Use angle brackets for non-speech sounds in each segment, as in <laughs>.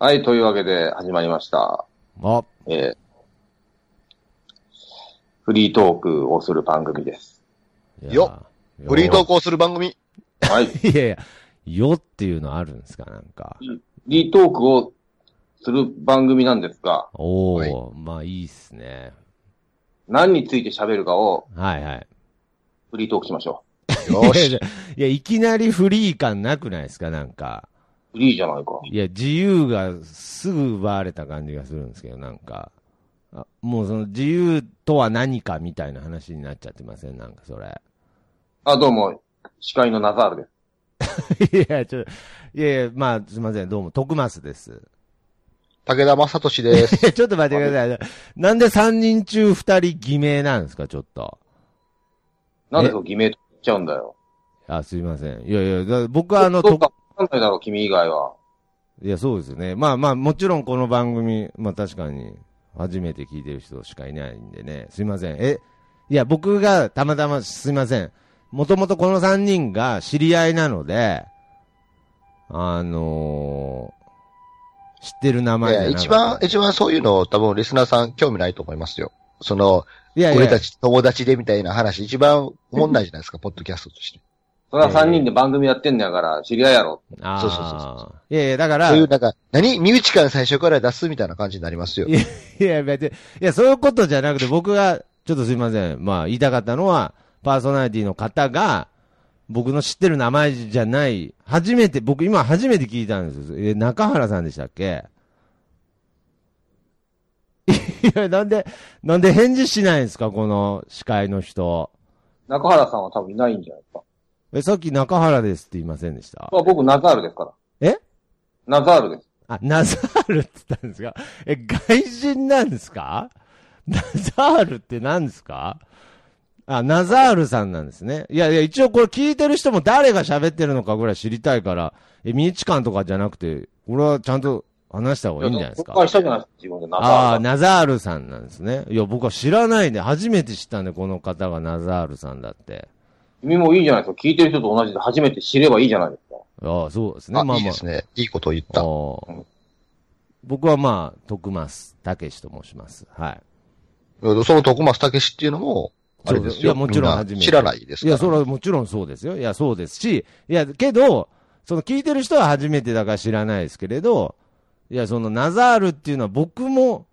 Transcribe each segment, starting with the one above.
はい、というわけで始まりました。あ、えーフリートークをする番組です。いやよフリートークをする番組。はい。 <laughs> フいやいや、よっていうのあるんですか、なんか。リートークをする番組なんですが、おお、まあいいっすね。何について喋るかをはいはい。フリートークしましょよいしや。、いやいきなりフリー感なくないですか、なんか。う。フリーじゃないか。いや、自由がすぐ奪われた感じがするんですけど、なんか。あもうその自由とは何かみたいな話になっちゃってませんなんかそれ。あ、どうも、司会のナザールです。 <laughs> いや、ちょ、いやいや、まあ、すいません、どうも、徳増です。 <laughs> 武田正俊でいす。やちょっと待ってください。なんで3人中2人偽名なんですか、ちょっと。なんでそう偽名と言っちゃうんだよ。あ、すいません。いやいや、だ僕はあの、どうとかわかんないだろう、君以外は。いや、そうですよね。まあまあ、もちろんこの番組、まあ確かに、初めて聞いてる人しかいないんでね、すいません。え、いや、僕がたまたま、すいません。もともとこの3人が知り合いなので、あのー知ってる名い前じゃなかやった一番、一番そういうの多分リスナーさん興味ないと思いますよ。その、いやいや、俺たち友達でみたいな話、一番思んないじゃないですか、ポッドキャストとして。そんな3人で番組やってんのやから、知り合いやろ。あーそうそうそうそいやいや、だから、そういういなんか、何身内から最初から出すみたいな感じになりますよい。や、別に、いや、そういうことじゃなくて、僕が、ちょっとすいません。まあ、言いたかったのは、パーソナリティの方が、僕の知ってる名前じゃない、初めて、僕今初めて聞いたんですよ。え、中原さんでしたっけいや、なんで、なんで返事しないんですかこの司会の人。中原さんは多分いないんじゃないですえ、さっき中原ですって言いませんでしたか。まあ、僕、ナザールですから。えナザールです。あ、ナザールって言ったんですかえ、外人なんですかナザールって何ですかあ、ナザールさんなんですね。いやいや、一応これ聞いてる人も誰が喋ってるのかぐらい知りたいから、え、ミーチ感とかじゃなくて、俺はちゃんと話した方がいいんじゃないです公開かしたじゃないですか、自分でナザああー、ールさん。ナザールさんなんですね。いや、僕は知らないんで、初めて知ったんで、この方がナザールさんだって。君もいいじゃないですか。聞いてる人と同じで初めて知ればいいじゃないですか。ああ、そうですね。あ、まあいいまであ。すね。いいことを言っあた。ー僕はまあ、徳増武史と申します。はい。その徳松武っていうのも、あれですいや、よ。もちろんみ初なめて。知らないですいから。や、それはもちろんそうですよ。いや、そうですし、いや、けど、その聞いてる人は初めてだから知らないですけれど、いや、そのナザールっていうのは僕も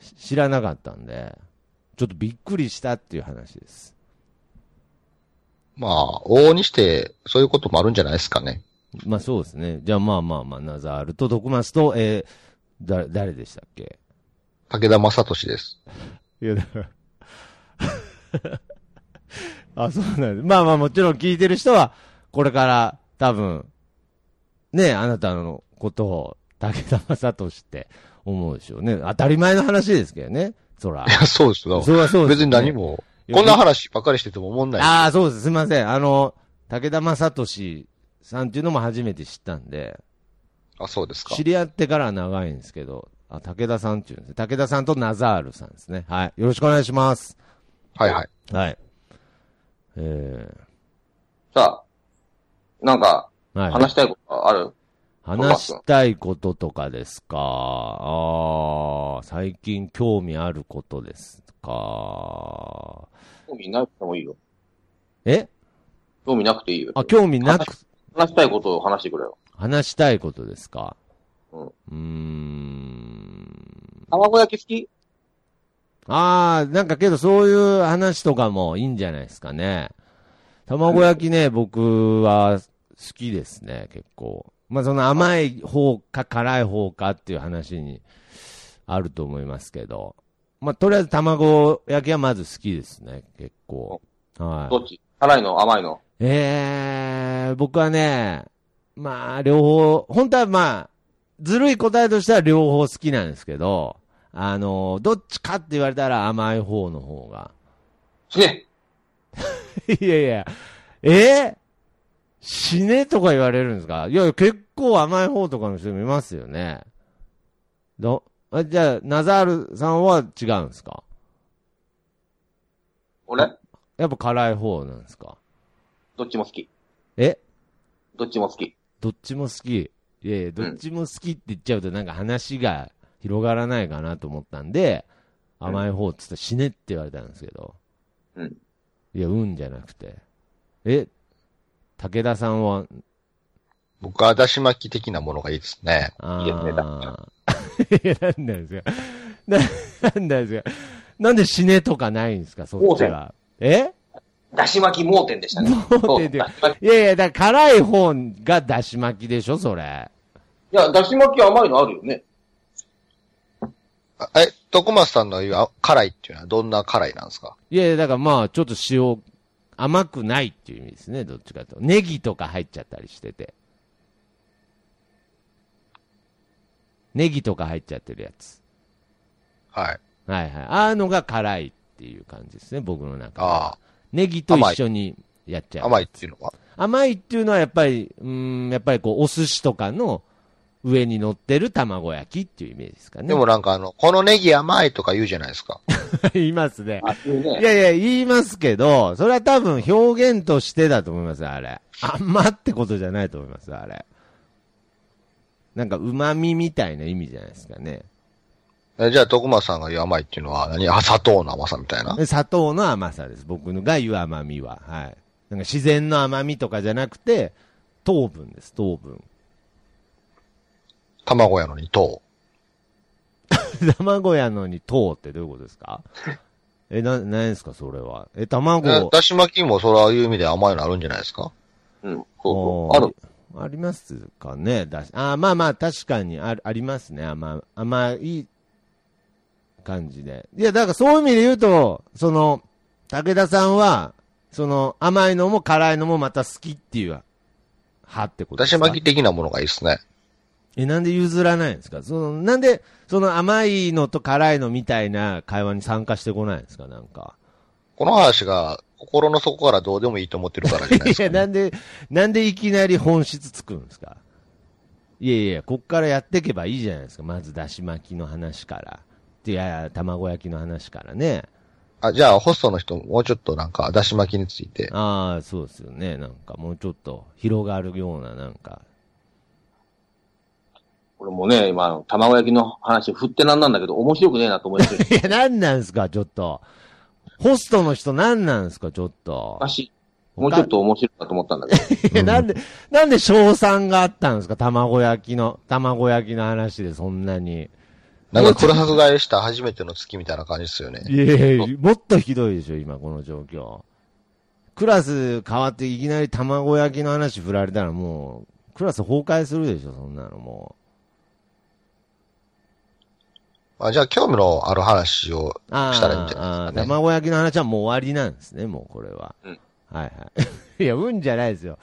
し知らなかったんで、ちょっとびっくりしたっていう話です。まあ、往々にして、そういうこともあるんじゃないですかね。まあそうですね。じゃあまあまあまあ、ナザールと徳松と、えー、だ、誰でしたっけ武田正俊です。いや、だから。 <laughs> あ、そうなんです。まあまあもちろん聞いてる人は、これから多分、ね、あなたのことを武田正俊って思うでしょうね。当たり前の話ですけどね。そらい。や、そうですよ。それはそうです、別に何。も、いやこんな話ばっかりしてても思んない。ああ、そうです。すいません。あの、武田正俊さんっていうのも初めて知ったんで、あ、そうですか知。り合ってからは長いんですけど、あ、武田さんっていうんですね。武田さんとナザールさんですね。はい。よろしくお願いします。はいはい。はい。えさあ、なんか、ー、はい。話したいことがある、話したいこととかですか。ああ、最近興味あることですか。興味なくてもいいよ。え興味なくていいよ。あ、興味なく、話したいことを話してくれよ。話したいことですか。うんうーん。卵焼き好きああ、なんかけどそういう話とかもいいんじゃないですかね。卵焼きね、僕は好きですね、結構。まあその甘い方か辛い方かっていう話にあると思いますけど。まあとりあえず卵焼きはまず好きですね、結構。はい。どっち辛いの甘いのえー、僕はね、まあ、両方、本当はまあ、ずるい答えとしては両方好きなんですけど、あの、どっちかって言われたら甘い方の方が。 <laughs> 死ねいやいや、えー死ねとか言われるんですかいや、結構甘い方とかの人もいますよね。ど、あじゃあ、ナザールさんは違うんですか俺やっぱ辛い方なんですかどっちも好き。えどっちも好き。どっちも好き。いやいやどっちも好きって言っちゃうとなんか話が広がらないかなと思ったんで、ん甘い方っつったら死ねって言われたんですけど。うん。いや、運じゃなくて。え武田さんは、僕はだし巻き的なものがいいですね。あいいですねあ。 <laughs> いや、なんなんですよ。な、なんなんですよ。なんで死ねとかないんですか、そっちは。えだし巻き盲点でしたね。盲点でそうだし巻きいやいや、だから辛い方がだし巻きでしょ、それ。いや、だし巻き甘いのあるよね。あえ、徳松さんの言うあ辛いっていうのはどんな辛いなんですかいやいや、だからまあ、ちょっと塩、甘くないっていう意味ですね、どっちかというと。ネギとか入っちゃったりしてて。ネギとか入っちゃってるやつ。はい。はいはい。ああいうのが辛いっていう感じですね、僕の中ではあネギと一緒にやっちゃあ、う。甘いっていうのは。甘いっていうのはやっぱり、うーん、やっぱりこう、お寿司とかの上に乗ってる卵焼きっていうイメージですかね。でもなんかあの、このネギ甘いとか言うじゃないですか。 <laughs> 言いますね。あ、そういね。やいや、言いますけど、それは多分表現としてだと思います、あれ。あんまってことじゃないと思います、あれ。なんか、旨味みたいな意味じゃないですかね。えじゃあ徳松さんが言う甘いっていうのは何あ、砂糖の甘さみたいな。で砂糖の甘さです、僕のが言う甘みは。はい。なんか自然の甘みとかじゃなくて、糖分です、糖分。 <laughs> 卵やのに糖。卵やのに糖ってどういうことですかえ、な、何ですか、それは。え、え卵。だし巻きもそれはいう意味で甘いのあるんじゃないですかうん。そうおそう。あーる。ありますかねだしあーまあまあ、確かにあるありますね。甘甘い感じで。いや、だからそういう意味で言うと、その、武田さんは、その、甘いのも辛いのもまた好きっていう、派ってことだですかし巻き的なものがいいですね。え、なんで譲らないんですかその、なんで、その甘いのと辛いのみたいな会話に参加してこないんですかなんか。この話が心の底からどうでもいいと思ってるからじゃない <laughs> でいすや、か、なんで、なんでいきなり本質つくんですかいやいや、こっからやっていけばいいじゃないですか。まず、だし巻きの話から。いやいや、卵焼きの話からね。あ、じゃあホストの人もうちょっとなんかだし巻きについて。ああ、そうですよね。なんか、もうちょっと広がるような、なんか。俺もね、今、卵焼きの話振ってなんなんだけど、面白くねえなと思いましいや、なんなんですか、ちょっと。ホストの人なんなんですか、ちょっとた。。しもうちょっと面白いなと思ったんだけど。いや、 <laughs> なんで、なんで賞賛があったんですか卵焼きの、卵焼きの話でそんなに。なんか黒迫害した初めての月みたいな感じですよね。いやいやもっとひどいでしょ、今この状況。クラス変わっていきなり卵焼きの話振られたらもう、クラス崩壊するでしょ、そんなのもあじゃあ興味のある話をう。あーしたらいいんじゃないあーですかね。卵焼きの話はもう終わりなんですね、もうこれは。うんはいはい。い <laughs> や、運じゃないですよ。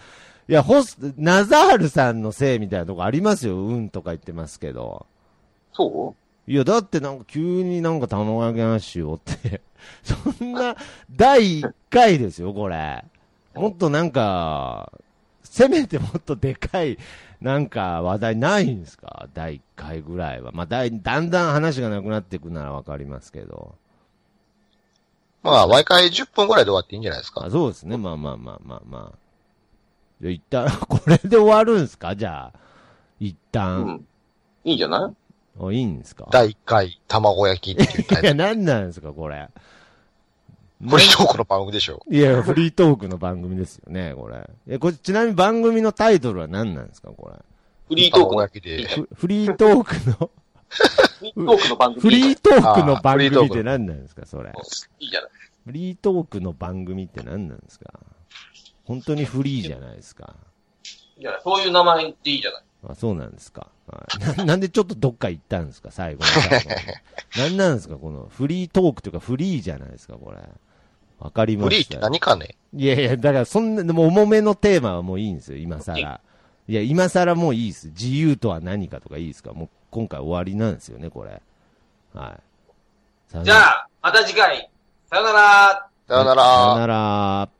いや、ホス、ナザールさんのせいみたいなとこありますよ、運とか言ってますけど。 <laughs> そいや、だってなんか急になんか卵焼きの話しようって。 <laughs> そんな、第1回ですよ、これ。もっとなんか、せめてもっとでかい、なんか話題ないんですか第1回ぐらいは。まあ、だい、だんだん話がなくなっていくならわかりますけど。まあ、毎回10分ぐらいで終わっていいんじゃないですかあ、。そうですね。まあまあまあまあまあ。じゃあ一旦、 <laughs> これで終わるんですかじゃあ。一う。う旦。ん。いいんじゃないあいいんですか第1回、卵焼きっていうタイい <laughs> トや、何なんですか、これ。ル。これトークの番組でしょ。いや、フリートークの番組ですよね、これ。え、これ、ちなみに番組のタイトルは何なんですか、これ。フリートーク卵の、焼きで。フフリートークの、フリートークの番組。フリートークの番あーフリート組ーっクて何なんですか、それ。いいじゃない。フリートークの番組って何なんですか本当にフリーじゃないですか。いいじゃない。そういう名前っていいじゃない。あ、そうなんですか。はい、ななんでちょっとどっか行ったんですか、最後の最 <laughs> 後に。何なんですか、このフリートークというかフリーじゃないですか、これ。わかりまフリーっしてた。何かねいやいや、だからそんな、でも重めのテーマはもういいんですよ、今更。いや、今更もういいです。自由とは何かとかいいですかもう今回終わりなんですよね、これ。はい。じゃあ、また次回。さよなら。さよなさよらな。ら。